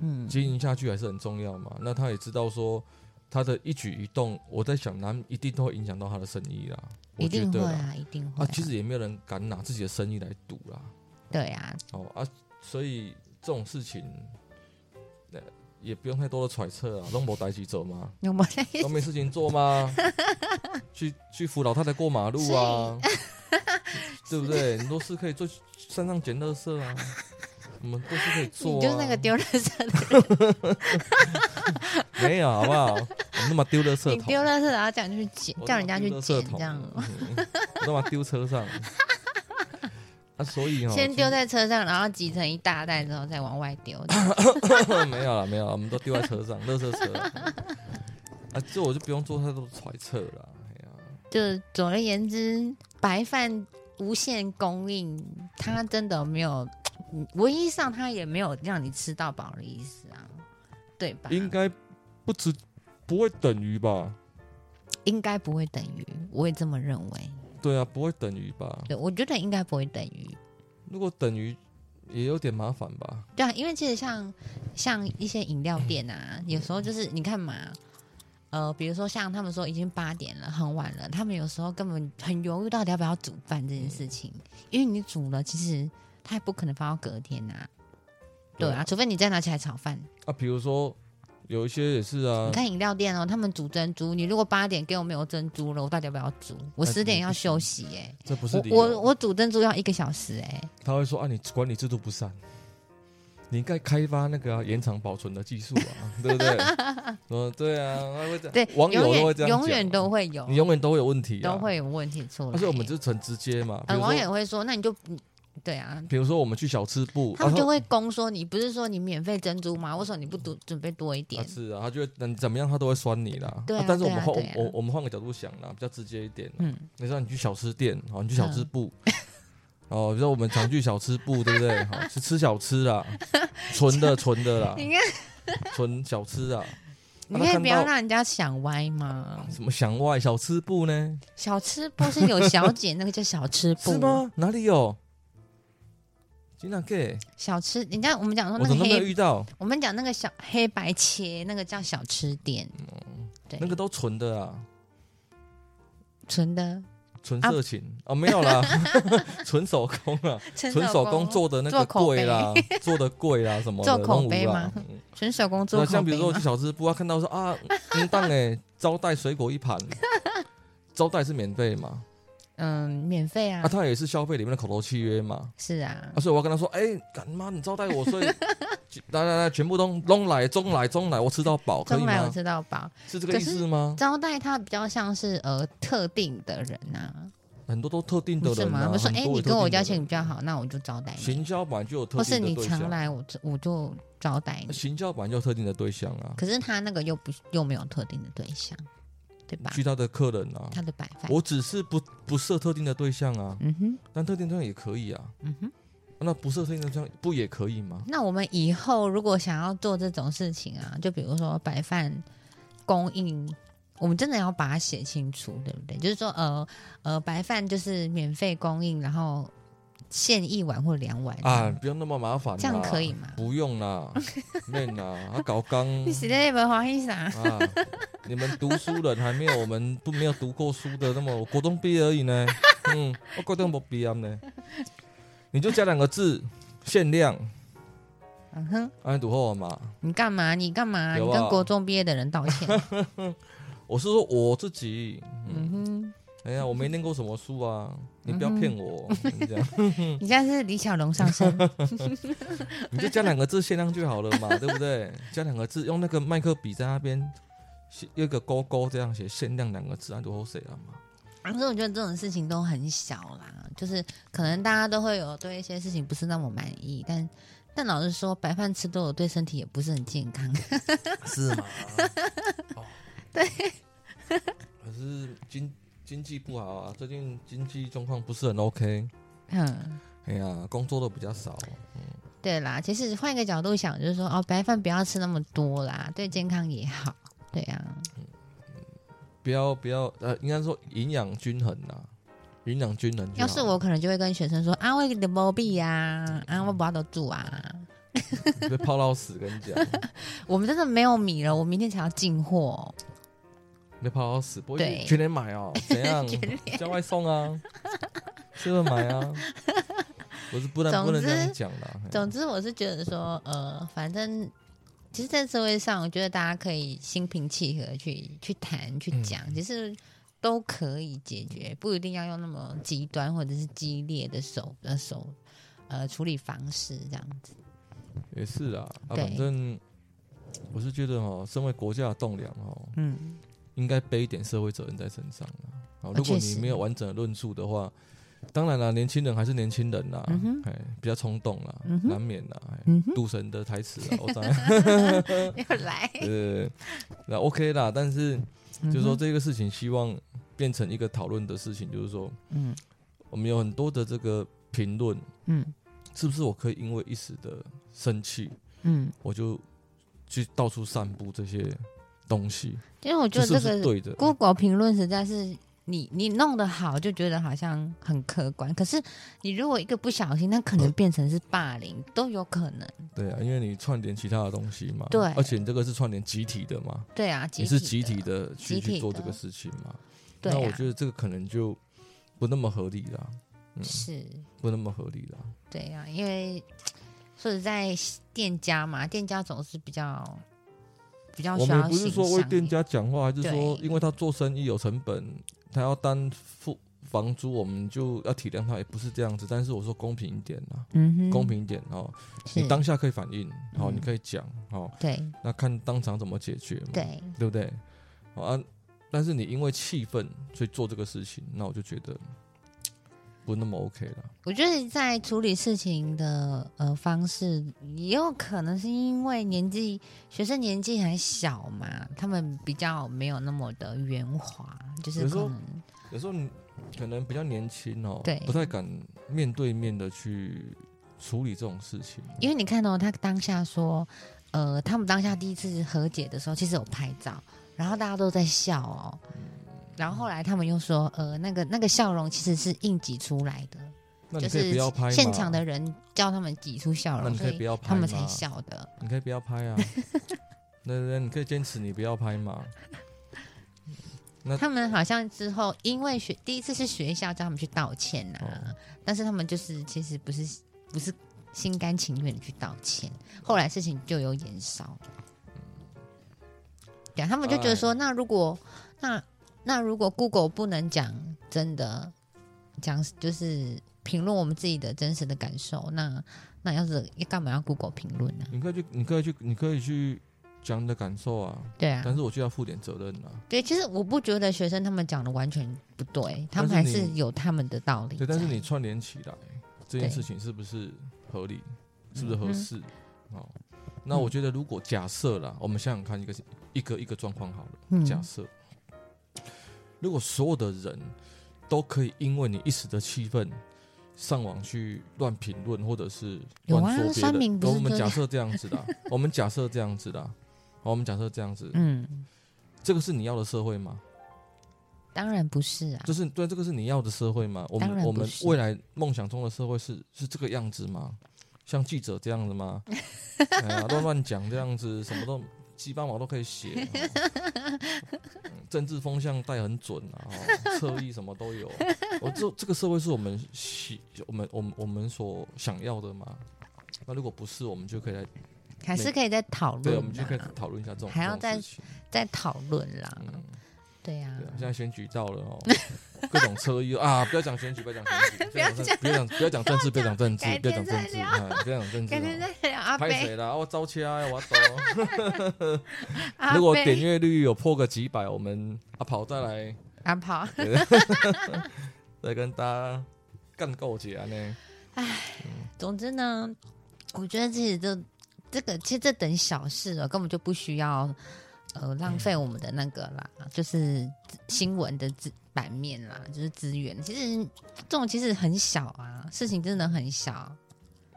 Speaker 1: 嗯
Speaker 2: 经营下去还是很重要嘛。那他也知道说他的一举一动，我在想，难一定都会影响到他的生意啦。我
Speaker 1: 一
Speaker 2: 觉
Speaker 1: 定
Speaker 2: 得
Speaker 1: 会
Speaker 2: 啦，
Speaker 1: 啊，一定会、
Speaker 2: 啊，其实也没有人敢拿自己的生意来赌啦。
Speaker 1: 对啊，
Speaker 2: 哦啊，所以这种事情，呃，也不用太多的揣测啊，弄不逮起走嘛。
Speaker 1: 有没有？
Speaker 2: <laughs> 都没事情做
Speaker 1: <laughs>
Speaker 2: 吗？去去辅导太太过马路啊， <laughs> 对不对？很多事可以做，山上捡垃圾啊，我们都是可以做、啊。
Speaker 1: 你就是那个丢垃圾的，
Speaker 2: 没有好
Speaker 1: <laughs>
Speaker 2: 不好？我那么丢垃圾
Speaker 1: 你
Speaker 2: 桶，
Speaker 1: 丢垃圾然后叫你去捡
Speaker 2: 我，
Speaker 1: 叫
Speaker 2: 他妈
Speaker 1: 人家去
Speaker 2: 丢垃圾
Speaker 1: 捡
Speaker 2: 桶
Speaker 1: 这样。
Speaker 2: 嗯我他妈丢
Speaker 1: <laughs>
Speaker 2: 车上。啊，所以哦，
Speaker 1: 先丢在车上，然后挤成一大袋之后再往外丢。
Speaker 2: 其实 <laughs> 没有了，没有啦，我们都丢在车上， <laughs> 垃圾车啊。啊，这我就不用做太多揣测了。哎呀，
Speaker 1: 就是总而言之，白饭无限供应，它真的没有，嗯文艺上它也没有让你吃到饱的意思啊，对吧？
Speaker 2: 应该不止，不会等于吧？
Speaker 1: 应该不会等于，我也这么认为。
Speaker 2: 对啊，不会等于吧？
Speaker 1: 对，我觉得应该不会等于。
Speaker 2: 如果等于也有点麻烦吧？
Speaker 1: 对啊，因为其实像像一些饮料店啊，有时候就是你看嘛，呃，比如说像他们说已经八点了，很晚了，他们有时候根本很犹豫到底要不要煮饭这件事情，因为你煮了，其实它也不可能放到隔天呐、对啊，除非你再拿起来炒饭。
Speaker 2: 啊，比如说有一些也是啊
Speaker 1: 你，看饮料店哦，他们煮珍珠，你如果八点给我没有珍珠了，我到底要不要煮？我
Speaker 2: 那
Speaker 1: 十点
Speaker 2: 你
Speaker 1: 要
Speaker 2: 不
Speaker 1: 休息哎、
Speaker 2: 这不是哦
Speaker 1: 我
Speaker 2: 理由
Speaker 1: 我我煮珍珠要一个小时哎、
Speaker 2: 他会说啊，你管理制度不善，你应该开发那个啊、延长保存的技术啊， <laughs> 对
Speaker 1: <laughs>
Speaker 2: 不对？嗯，对啊，他会这样
Speaker 1: 对，
Speaker 2: 网友
Speaker 1: 永
Speaker 2: 都会
Speaker 1: 远
Speaker 2: 这样讲啊
Speaker 1: 永远都会有
Speaker 2: 你永远都会有问题、啊，
Speaker 1: 都会有问题出来、
Speaker 2: 而且我们就很直接嘛，比
Speaker 1: 呃，
Speaker 2: 如
Speaker 1: 网
Speaker 2: 说
Speaker 1: 友会说，那你就你对啊，
Speaker 2: 比如说我们去小吃部，
Speaker 1: 他们就
Speaker 2: 啊
Speaker 1: 会攻说你不是说你免费珍珠吗？为什么你不多准备多一
Speaker 2: 他啊
Speaker 1: 点？
Speaker 2: 是啊，他就会嗯怎么样，他都会酸你啦。
Speaker 1: 对啊
Speaker 2: 但是我
Speaker 1: 对
Speaker 2: 们
Speaker 1: 啊
Speaker 2: 换、
Speaker 1: 对啊
Speaker 2: 我我我们换个角度想啦，比较直接一点。
Speaker 1: 嗯，
Speaker 2: 你知道你去小吃店，好，你去小吃部， <laughs> 哦，比如说我们常去小吃部， <laughs> 对不对？好，去吃小吃
Speaker 1: <laughs>
Speaker 2: 啦，纯的纯的啦，
Speaker 1: 你看，
Speaker 2: 纯小吃啊，
Speaker 1: 你
Speaker 2: 他
Speaker 1: 可以
Speaker 2: 看
Speaker 1: 不要
Speaker 2: 到
Speaker 1: 让人家想歪
Speaker 2: <laughs>
Speaker 1: 嘛。
Speaker 2: 什么祥外小吃部呢？
Speaker 1: 小吃部是有小姐，那个叫小吃部
Speaker 2: 是？吗？哪里有？金娜 gay，
Speaker 1: 小吃，人家我们讲说
Speaker 2: 我
Speaker 1: 哦那
Speaker 2: 怎
Speaker 1: 个
Speaker 2: 么都没有
Speaker 1: 黑，
Speaker 2: 遇到？
Speaker 1: 我们讲那个小黑白切，那个叫小吃店。对，
Speaker 2: 嗯那个都纯的啊，
Speaker 1: 纯的
Speaker 2: 纯
Speaker 1: 啊
Speaker 2: 色情啊、哦，没有啦， <laughs> 纯手工啊，
Speaker 1: 纯
Speaker 2: 纯手工做的那
Speaker 1: 做
Speaker 2: 个
Speaker 1: 口
Speaker 2: 柜
Speaker 1: <laughs>
Speaker 2: 啦，做的柜啦什么的，
Speaker 1: 做口
Speaker 2: 弄无
Speaker 1: 碑
Speaker 2: 啦
Speaker 1: 吗
Speaker 2: 嗯
Speaker 1: 纯手工做
Speaker 2: 那
Speaker 1: 口碑
Speaker 2: 像比如说我
Speaker 1: 吗
Speaker 2: 去小吃部，他看到说啊， <laughs> 嗯，当哎，招待水果一盘，招待是免费嘛，
Speaker 1: 嗯，免费啊
Speaker 2: 啊，，他也是消费里面的口头契约嘛，
Speaker 1: 是啊
Speaker 2: 啊，，所以我要跟他说，哎、干妈你招待我，
Speaker 1: <laughs>
Speaker 2: 所以来来来，全部都弄来，中来中来，我吃到饱，可以
Speaker 1: 中来我
Speaker 2: 吗？
Speaker 1: 知道吧？
Speaker 2: 是这个
Speaker 1: 可
Speaker 2: 意
Speaker 1: 是
Speaker 2: 思吗？
Speaker 1: 招待他比较像是呃特定的人啊呐、
Speaker 2: 很多都特定的
Speaker 1: 不是
Speaker 2: 人、
Speaker 1: 吗？
Speaker 2: 啊，
Speaker 1: 我说
Speaker 2: 很
Speaker 1: 哎、
Speaker 2: 多
Speaker 1: 你
Speaker 2: 也特
Speaker 1: 跟我
Speaker 2: 定的
Speaker 1: 交情
Speaker 2: 人
Speaker 1: 比较好，那我就招待你，
Speaker 2: 行销本来就有特
Speaker 1: 或是
Speaker 2: 定的
Speaker 1: 你
Speaker 2: 对
Speaker 1: 常
Speaker 2: 象，呃
Speaker 1: 来我就我就招待你。
Speaker 2: 行销本来就有特定的对象啊，
Speaker 1: 可是他那个又不又没有特定的对象，对吧？
Speaker 2: 去他的客人啊，
Speaker 1: 他的摆饭，
Speaker 2: 我只是不不设特定的对象啊，
Speaker 1: 嗯哼，
Speaker 2: 但特定对象也可以啊，
Speaker 1: 嗯哼。
Speaker 2: 那不设特定的对象不也可以吗？
Speaker 1: 那我们以后如果想要做这种事情啊，就比如说白饭供应，我们真的要把它写清楚，对不对？就是说，呃呃，白饭就是免费供应，然后限一碗或两碗
Speaker 2: 啊，，嗯不用那么麻烦，
Speaker 1: 嗯这样可以？吗？
Speaker 2: 不用
Speaker 1: <laughs>
Speaker 2: 啦，面啦，啊搞刚
Speaker 1: 你实在没欢喜啥？
Speaker 2: 啊，你们读书人还没有我们不没有读过书的那么，我国中毕业而已
Speaker 1: <laughs>
Speaker 2: 呢，嗯，我国中不毕业呢，你就加两个字，限量，
Speaker 1: 嗯哼，
Speaker 2: 安读后嘛。
Speaker 1: 你干嘛？你干嘛？
Speaker 2: 有
Speaker 1: 你
Speaker 2: 啊
Speaker 1: 跟国中毕业的人道歉？
Speaker 2: 我是说我自己， <laughs> 嗯，
Speaker 1: 嗯
Speaker 2: 哎呀，我没念过什么书啊，你不要骗我，你这样
Speaker 1: 哼，你现在是李小龙上
Speaker 2: <laughs>
Speaker 1: 身，
Speaker 2: 你就加两个字限量就好了嘛， <laughs> 对不对？加两个字，用那个麦克笔在那边写一个勾勾，这样写限量两个字，安读后谁啊嘛？
Speaker 1: 可是我觉得这种事情都很小啦，就是可能大家都会有对一些事情不是那么满意，但但老实说，白饭吃多了对身体也不是很健
Speaker 2: <laughs>
Speaker 1: 康。
Speaker 2: 是吗？哦、对，可是经经济不好啊，最近经济状况不是很 OK，
Speaker 1: 嗯，
Speaker 2: 哎呀，工作都比较少，
Speaker 1: 对啦，其实换一个角度想，就是说哦，白饭不要吃那么多啦，对健康也好。对啊，
Speaker 2: 不要不要，呃，应该说营养均衡啊，营养均衡就好
Speaker 1: 要是我可能就会跟学生说啊，我的毛病呀，啊，我不要都住啊，
Speaker 2: 被泡到死，跟你讲，
Speaker 1: 我们真的没有米了，我明天才要进货。
Speaker 2: 被泡到死，不会
Speaker 1: 对
Speaker 2: 全年买哦，
Speaker 1: <laughs>
Speaker 2: 怎样
Speaker 1: 全？
Speaker 2: 叫外送
Speaker 1: <laughs>
Speaker 2: 啊，是不买啊？不是不能
Speaker 1: 总
Speaker 2: 不能这样
Speaker 1: 之
Speaker 2: 讲啦。嘿
Speaker 1: 总之，我是觉得说，呃，反正其实，在社会上，我觉得大家可以心平气和去去谈、去
Speaker 2: 嗯
Speaker 1: 讲，其实都可以解决，不一定要用那么极端或者是激烈的手的手呃处理方式这样子。 <laughs>
Speaker 2: 也是啦，啊，
Speaker 1: 对
Speaker 2: 反正我是觉得哦，身为国家的栋梁哦，
Speaker 1: 嗯，
Speaker 2: 应该背一点社会责任在身上啊。好，
Speaker 1: 啊
Speaker 2: 如果
Speaker 1: 确
Speaker 2: 你
Speaker 1: 实
Speaker 2: 没有完整的论述的话，当然啦，年轻人还是年轻人啦，
Speaker 1: 嗯哼
Speaker 2: 哎，比较冲动啦，
Speaker 1: 嗯哼
Speaker 2: 难免啦，哎
Speaker 1: 嗯哼
Speaker 2: 赌神的台词啊，我
Speaker 1: <laughs>
Speaker 2: 当
Speaker 1: 又来，
Speaker 2: 呃，那 OK 啦，但是 <laughs>
Speaker 1: 嗯
Speaker 2: 就是说，这个事情，希望变成一个讨论的事情，就是说
Speaker 1: 嗯
Speaker 2: 我们有很多的这个评论，
Speaker 1: 嗯
Speaker 2: 是不是我可以因为一时的生气，
Speaker 1: 嗯，
Speaker 2: 我就去到处散布这些东西，
Speaker 1: 因为我觉
Speaker 2: 这
Speaker 1: 得
Speaker 2: 是不
Speaker 1: 这
Speaker 2: 是
Speaker 1: 个
Speaker 2: 对的？
Speaker 1: Google 评论实在是。你你弄得好，就觉得好像很客观。可是你如果一个不小心，那可
Speaker 2: 呃
Speaker 1: 能变成是霸凌，都有可能。
Speaker 2: 对啊，因为你串联其他的东西嘛，
Speaker 1: 对
Speaker 2: 而且你这个是串联集体的嘛，
Speaker 1: 对啊，
Speaker 2: 你是集体的去
Speaker 1: 集体
Speaker 2: 去做这
Speaker 1: 的
Speaker 2: 个事情嘛，
Speaker 1: 对、啊，
Speaker 2: 那我觉得这个可能就不那么合理啦，嗯，
Speaker 1: 是，
Speaker 2: 不那么合理啦。
Speaker 1: 对啊，因为说实在，店家嘛，店家总是比较比较
Speaker 2: 我
Speaker 1: 需
Speaker 2: 们
Speaker 1: 要
Speaker 2: 也不是
Speaker 1: 形
Speaker 2: 说为
Speaker 1: 象
Speaker 2: 店
Speaker 1: 一
Speaker 2: 家讲话，还是说
Speaker 1: 对
Speaker 2: 因为他做生意有成本，他要担付房租，我们就要体谅他，也不是这样子。但是我说公平一点啦，
Speaker 1: 嗯哼
Speaker 2: 公平一点哦，
Speaker 1: 是
Speaker 2: 你当嗯下可以反应，好、
Speaker 1: 嗯
Speaker 2: 你可以讲，好、
Speaker 1: 对
Speaker 2: 那看当场怎么解决嘛，
Speaker 1: 对
Speaker 2: 对不对？哦好啊，但是你因为气愤所以做这个事情，那我就觉得。不那么 OK 了。
Speaker 1: 我觉得在处理事情的呃方式，也有可能是因为年纪学生年纪还小嘛，他们比较没有那么的圆滑，就是
Speaker 2: 有时
Speaker 1: 可
Speaker 2: 候
Speaker 1: 能
Speaker 2: 有时候你可能比较年轻哦，
Speaker 1: 对
Speaker 2: 不太敢面对面的去处理这种事情。
Speaker 1: 因为你看到、他当下说，呃，他们当下第一次和解的时候，其实有拍照，然后大家都在笑哦。
Speaker 2: 嗯
Speaker 1: 然后后来他们又说，呃，那个那个笑容其实是硬挤出来的，
Speaker 2: 那
Speaker 1: 就
Speaker 2: 你可以
Speaker 1: 是
Speaker 2: 不要拍嘛
Speaker 1: 现场的，人叫他们挤出笑
Speaker 2: 那
Speaker 1: 容，
Speaker 2: 你
Speaker 1: 所
Speaker 2: 可以不要拍
Speaker 1: 他们才
Speaker 2: 嘛
Speaker 1: 笑的。
Speaker 2: 你可以不要拍
Speaker 1: <laughs>
Speaker 2: 啊。对对对，你可以坚持你不要拍嘛。那
Speaker 1: 他们好像之后因为学第一次是学校叫他们去道歉呐、啊
Speaker 2: 哦
Speaker 1: 但是他们就是其实不是不是心甘情愿的去道歉，后来事情就有延烧。对啊，他们就觉得
Speaker 2: 哎
Speaker 1: 说，那如果那那如果 Google 不能讲真的讲就是评论我们自己的真实的感受，那那要是干嘛要 Google 评论啊呢？
Speaker 2: 你可以去，你可以去，你可以去讲你的感受啊，
Speaker 1: 对啊，
Speaker 2: 但是我就要负点责任啊。
Speaker 1: 对，其实我不觉得学生他们讲的完全不对，他们还
Speaker 2: 但是
Speaker 1: 是
Speaker 2: 你
Speaker 1: 有他们的道理在。
Speaker 2: 对，但是你串联起来这件
Speaker 1: 对
Speaker 2: 事情是不是合理？是不是
Speaker 1: 嗯
Speaker 2: 合
Speaker 1: 哼
Speaker 2: 适？哦，那我觉得如果假设啦，我们想想看一个一个一个状况好了，
Speaker 1: 嗯
Speaker 2: 假设如果所有的人都可以因为你一时的气愤。上网去乱评论，或者是
Speaker 1: 有
Speaker 2: 乱
Speaker 1: 啊
Speaker 2: 说别
Speaker 1: 酸民
Speaker 2: 人。
Speaker 1: 不是
Speaker 2: 我们
Speaker 1: 这
Speaker 2: 假
Speaker 1: 样
Speaker 2: 设这样子的，啊我们假设这样子的，啊好，我们假设这样子，
Speaker 1: 嗯，
Speaker 2: 这个是你要的社会吗？
Speaker 1: 当然不是啊
Speaker 2: 这，是对，这个是你要的社会吗？我
Speaker 1: 当
Speaker 2: 们
Speaker 1: 然
Speaker 2: 我
Speaker 1: 不
Speaker 2: 们
Speaker 1: 是
Speaker 2: 未来梦想中的社会是是这个样子吗？像记者这样
Speaker 1: <laughs>
Speaker 2: 子吗？哎呀，乱乱讲这样子，什么都鸡巴毛都可以写、 <laughs> 哦嗯政治风向带很准啊，哦侧翼什么都有。
Speaker 1: <laughs>
Speaker 2: 我、哦、这这个社会是我们喜我们我们我们所想要的吗？那如果不是，我们就可以来
Speaker 1: 还是可以再讨
Speaker 2: 对，我们
Speaker 1: 论
Speaker 2: 就可以
Speaker 1: 啦，
Speaker 2: 讨论一下这种
Speaker 1: 嗯还要
Speaker 2: 这种
Speaker 1: 再
Speaker 2: 事情。
Speaker 1: 再讨论啦。
Speaker 2: 嗯，
Speaker 1: 对呀
Speaker 2: 对啊，现在选举到了哦， <laughs> 各种车衣啊，不要讲选举，不要讲选
Speaker 1: <laughs>
Speaker 2: 举，不要讲不要讲不要讲政治，不要讲政治，不要讲政治，哎不要讲政治
Speaker 1: 改天
Speaker 2: 哦。
Speaker 1: 再聊啊阿
Speaker 2: 拍
Speaker 1: 贝，
Speaker 2: 谁啦？我招切啊，
Speaker 1: <laughs>
Speaker 2: 我走。
Speaker 1: 阿
Speaker 2: 如果
Speaker 1: 贝
Speaker 2: 点阅率有破个几百，我们阿跑再来
Speaker 1: 阿啊跑，
Speaker 2: 再跟大家干够解啊呢。
Speaker 1: 总之呢，我觉得其实这这个其实这等小事了，根本就不需要呃浪费我们的那个啦，就是新闻的资版面啦，就是资源。其实这种其实很小啊，事情真的很小。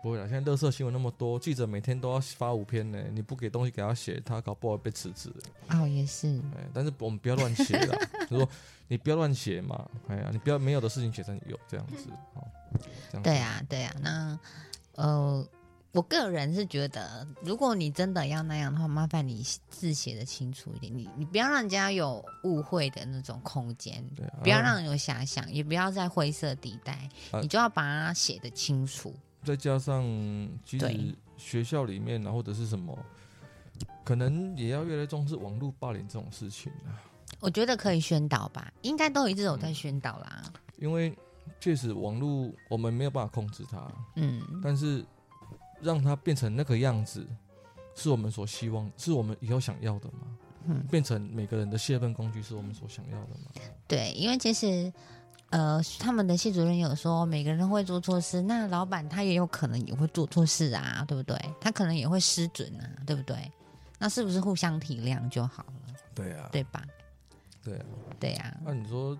Speaker 2: 不会啦，现在乐色新闻那么多，记者每天都要发五篇呢，你不给东西给他写，他搞不好被辞职。
Speaker 1: 哦，也是，
Speaker 2: 哎，但是我们不要乱写
Speaker 1: <laughs>
Speaker 2: 啦，就说你不要乱写嘛，哎呀，你不要没有的事情写成有这样子，哦，这样子
Speaker 1: 对啊，对啊，那呃，我个人是觉得，如果你真的要那样的话，麻烦你字写的清楚一点，你你不要让人家有误会的那种空间，
Speaker 2: 对啊，
Speaker 1: 不要让人有遐想，也不要在灰色地带，
Speaker 2: 啊
Speaker 1: 你就要把它写的清楚。
Speaker 2: 再加上其实
Speaker 1: 对
Speaker 2: 学校里面啊或者是什么，可能也要越来越重视网络霸凌这种事情啊，
Speaker 1: 我觉得可以宣导吧，应该都一直有在宣导啦。
Speaker 2: 因为确实网络我们没有办法控制它，
Speaker 1: 嗯，
Speaker 2: 但是让它变成那个样子，是我们所希望，是我们以后想要的吗？
Speaker 1: 嗯
Speaker 2: 变成每个人的泄愤工具，是我们所想要的吗？
Speaker 1: 对，因为其实呃，他们的系主任有说，每个人都会做错事，那老板他也有可能也会做错事啊，对不对？他可能也会失准啊，对不对？那是不是互相体谅就好了，
Speaker 2: 对啊，
Speaker 1: 对吧？
Speaker 2: 对啊。
Speaker 1: 对呀、
Speaker 2: 那、你说，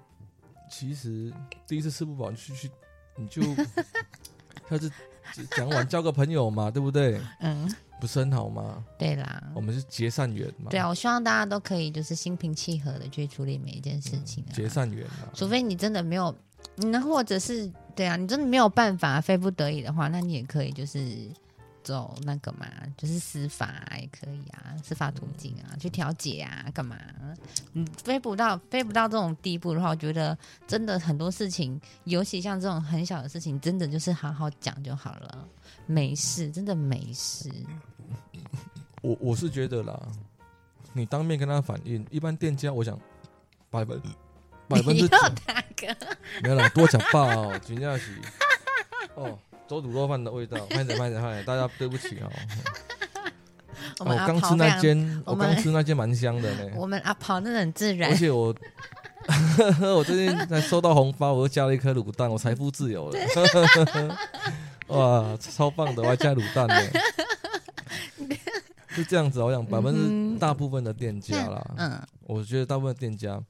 Speaker 2: 其实第一次吃不饱，你去去，你就 <laughs> 下次讲完交个朋友嘛，对不对？
Speaker 1: 嗯，
Speaker 2: 不是很好吗？
Speaker 1: 对啦，
Speaker 2: 我们是结善缘嘛，
Speaker 1: 对啊，我希望大家都可以就是心平气和的去处理每一件事情啊，
Speaker 2: 嗯结善缘嘛。
Speaker 1: 除非你真的没有，那或者是对啊，你真的没有办法，非不得已的话，那你也可以就是走那个嘛，就是司法啊也可以啊，司法途径
Speaker 2: 嗯
Speaker 1: 啊，去调解啊，干嘛？嗯，非不到非不到这种地步的话，我觉得真的很多事情，尤其像这种很小的事情，真的就是好好讲就好了，没事，真的没事。
Speaker 2: 我我是觉得啦，你当面跟他反映，一般店家我想百分百分
Speaker 1: 你
Speaker 2: 之
Speaker 1: 又
Speaker 2: 九
Speaker 1: 大哥，
Speaker 2: 没有啦，多讲吧哦，真正是哦，走卤肉饭的味道，慢点慢点慢点，大家对不起哦。
Speaker 1: <laughs> 我
Speaker 2: 哦
Speaker 1: 们
Speaker 2: 我
Speaker 1: 阿
Speaker 2: 刚
Speaker 1: 跑
Speaker 2: 吃
Speaker 1: 非
Speaker 2: 那
Speaker 1: 常，
Speaker 2: 间，
Speaker 1: 我
Speaker 2: 我
Speaker 1: 们
Speaker 2: 刚吃那间蛮香的呢。
Speaker 1: 我们阿跑那很自然
Speaker 2: 而，且我 <laughs> 我最近才收到红包，我又加了一颗卤蛋，我财富自由了。 <laughs> 哇，超棒的，我还加卤蛋呢。是这样子，哦我想百分之大部分的店家啦，
Speaker 1: 嗯，
Speaker 2: 我觉得大部分的店家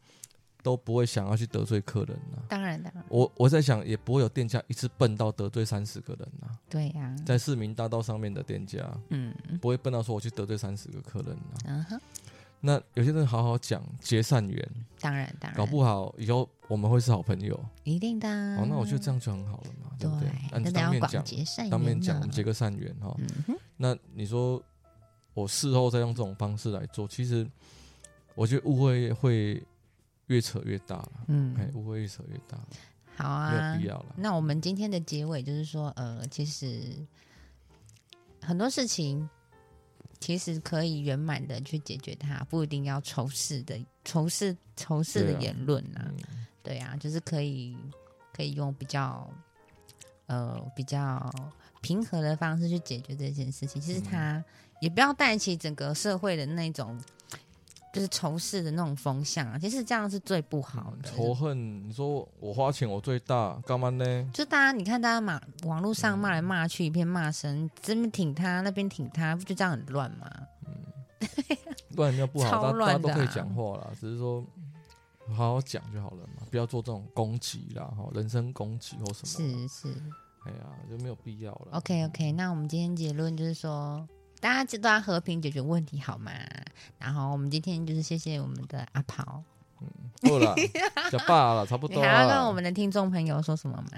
Speaker 2: 都不会想要去得罪客人啦。
Speaker 1: 当然当然，
Speaker 2: 我我在想，也不会有店家一次笨到得罪三十个人啊。
Speaker 1: 对呀、
Speaker 2: 在市民大道上面的店家，
Speaker 1: 嗯
Speaker 2: 不会笨到说我去得罪三十个客人啊。
Speaker 1: 嗯哼，
Speaker 2: 那有些人好好讲结善缘，
Speaker 1: 当然当然，
Speaker 2: 搞不好以后我们会是好朋友。
Speaker 1: 一定的啊。
Speaker 2: 哦，那我觉得这样就很好了嘛，对不对？
Speaker 1: 对，
Speaker 2: 那
Speaker 1: 真
Speaker 2: 你
Speaker 1: 的
Speaker 2: 当
Speaker 1: 要
Speaker 2: 面
Speaker 1: 广
Speaker 2: 讲，
Speaker 1: 结善缘呢。啊
Speaker 2: 当面讲，我们结个善缘哈、哦。
Speaker 1: 嗯哼，
Speaker 2: 那你说我事后再用这种方式来做，其实我觉得误会会越扯越大了。哎
Speaker 1: 嗯，，
Speaker 2: 误会越扯越大了，
Speaker 1: 好
Speaker 2: 没
Speaker 1: 啊
Speaker 2: 有必。要了。
Speaker 1: 那我们今天的结尾就是说，呃，其实很多事情其实可以圆满的去解决它，不一定要仇视的仇视仇视
Speaker 2: 对
Speaker 1: 的
Speaker 2: 啊
Speaker 1: 言论啊。
Speaker 2: 嗯，
Speaker 1: 对啊，就是可以可以用比较呃比较平和的方式去解决这件事情。其实
Speaker 2: 嗯
Speaker 1: 它也不要带起整个社会的那种就是仇视的那种风向啊，其实这样是最不好的。
Speaker 2: 嗯仇恨，你说我花钱我最大，干嘛呢？
Speaker 1: 就大家，你看大家骂网络上骂来
Speaker 2: 嗯
Speaker 1: 骂去，一片骂声，这边挺他，那边挺他，不就这样很乱吗？
Speaker 2: 乱也没有不好，
Speaker 1: 超
Speaker 2: 大家大家
Speaker 1: 乱
Speaker 2: 都
Speaker 1: 的
Speaker 2: 可以
Speaker 1: 啊
Speaker 2: 讲话啦，只是说好好讲就好了嘛，不要做这种攻击啦，哈，人身攻击或什
Speaker 1: 是
Speaker 2: 么，
Speaker 1: 是
Speaker 2: 哎呀，就没有必要了。
Speaker 1: ，OK OK，那我们今天结论就是说，大家知道要和平解决问题好吗？然后我们今天就是谢谢我们的阿跑，<laughs>
Speaker 2: 够了啦，讲罢了，差嗯不
Speaker 1: 你
Speaker 2: 多
Speaker 1: 还要
Speaker 2: 啦。
Speaker 1: 跟我们的听众朋友说什么吗？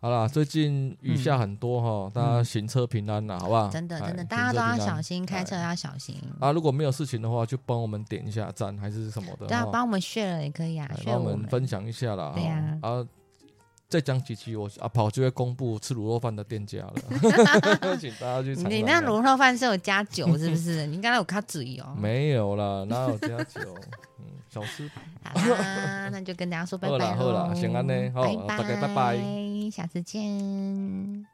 Speaker 2: 好啦，最近雨下很多哈，大家行车平安啦，好不好？
Speaker 1: 嗯真的
Speaker 2: 哎
Speaker 1: 真的，大家都要小。心，
Speaker 2: 平
Speaker 1: 开车
Speaker 2: 哎
Speaker 1: 要小心。
Speaker 2: 啊，如果没有事情的话，就帮我们点一下赞还是什么的
Speaker 1: 对啊，
Speaker 2: 哈，
Speaker 1: 帮我们 share 了也可以啊
Speaker 2: 哎
Speaker 1: ，share
Speaker 2: 帮
Speaker 1: 我
Speaker 2: 我
Speaker 1: 们
Speaker 2: 们分享一下啦。
Speaker 1: 对啊
Speaker 2: 哈啊，再讲几期，我阿跑就会公布吃卤肉饭的店家
Speaker 1: <laughs>
Speaker 2: 了，请大家去尝尝看。
Speaker 1: 你那卤肉饭是有加酒是不
Speaker 2: <laughs>
Speaker 1: 是？你刚才有卡嘴哦。
Speaker 2: 没有啦，哪有加酒？嗯，小吃
Speaker 1: 好啦，那就跟大家说拜
Speaker 2: 好啦
Speaker 1: 拜
Speaker 2: 好啦
Speaker 1: 喽。
Speaker 2: 先安呢好
Speaker 1: 拜拜，
Speaker 2: 大家拜拜，
Speaker 1: 下次见。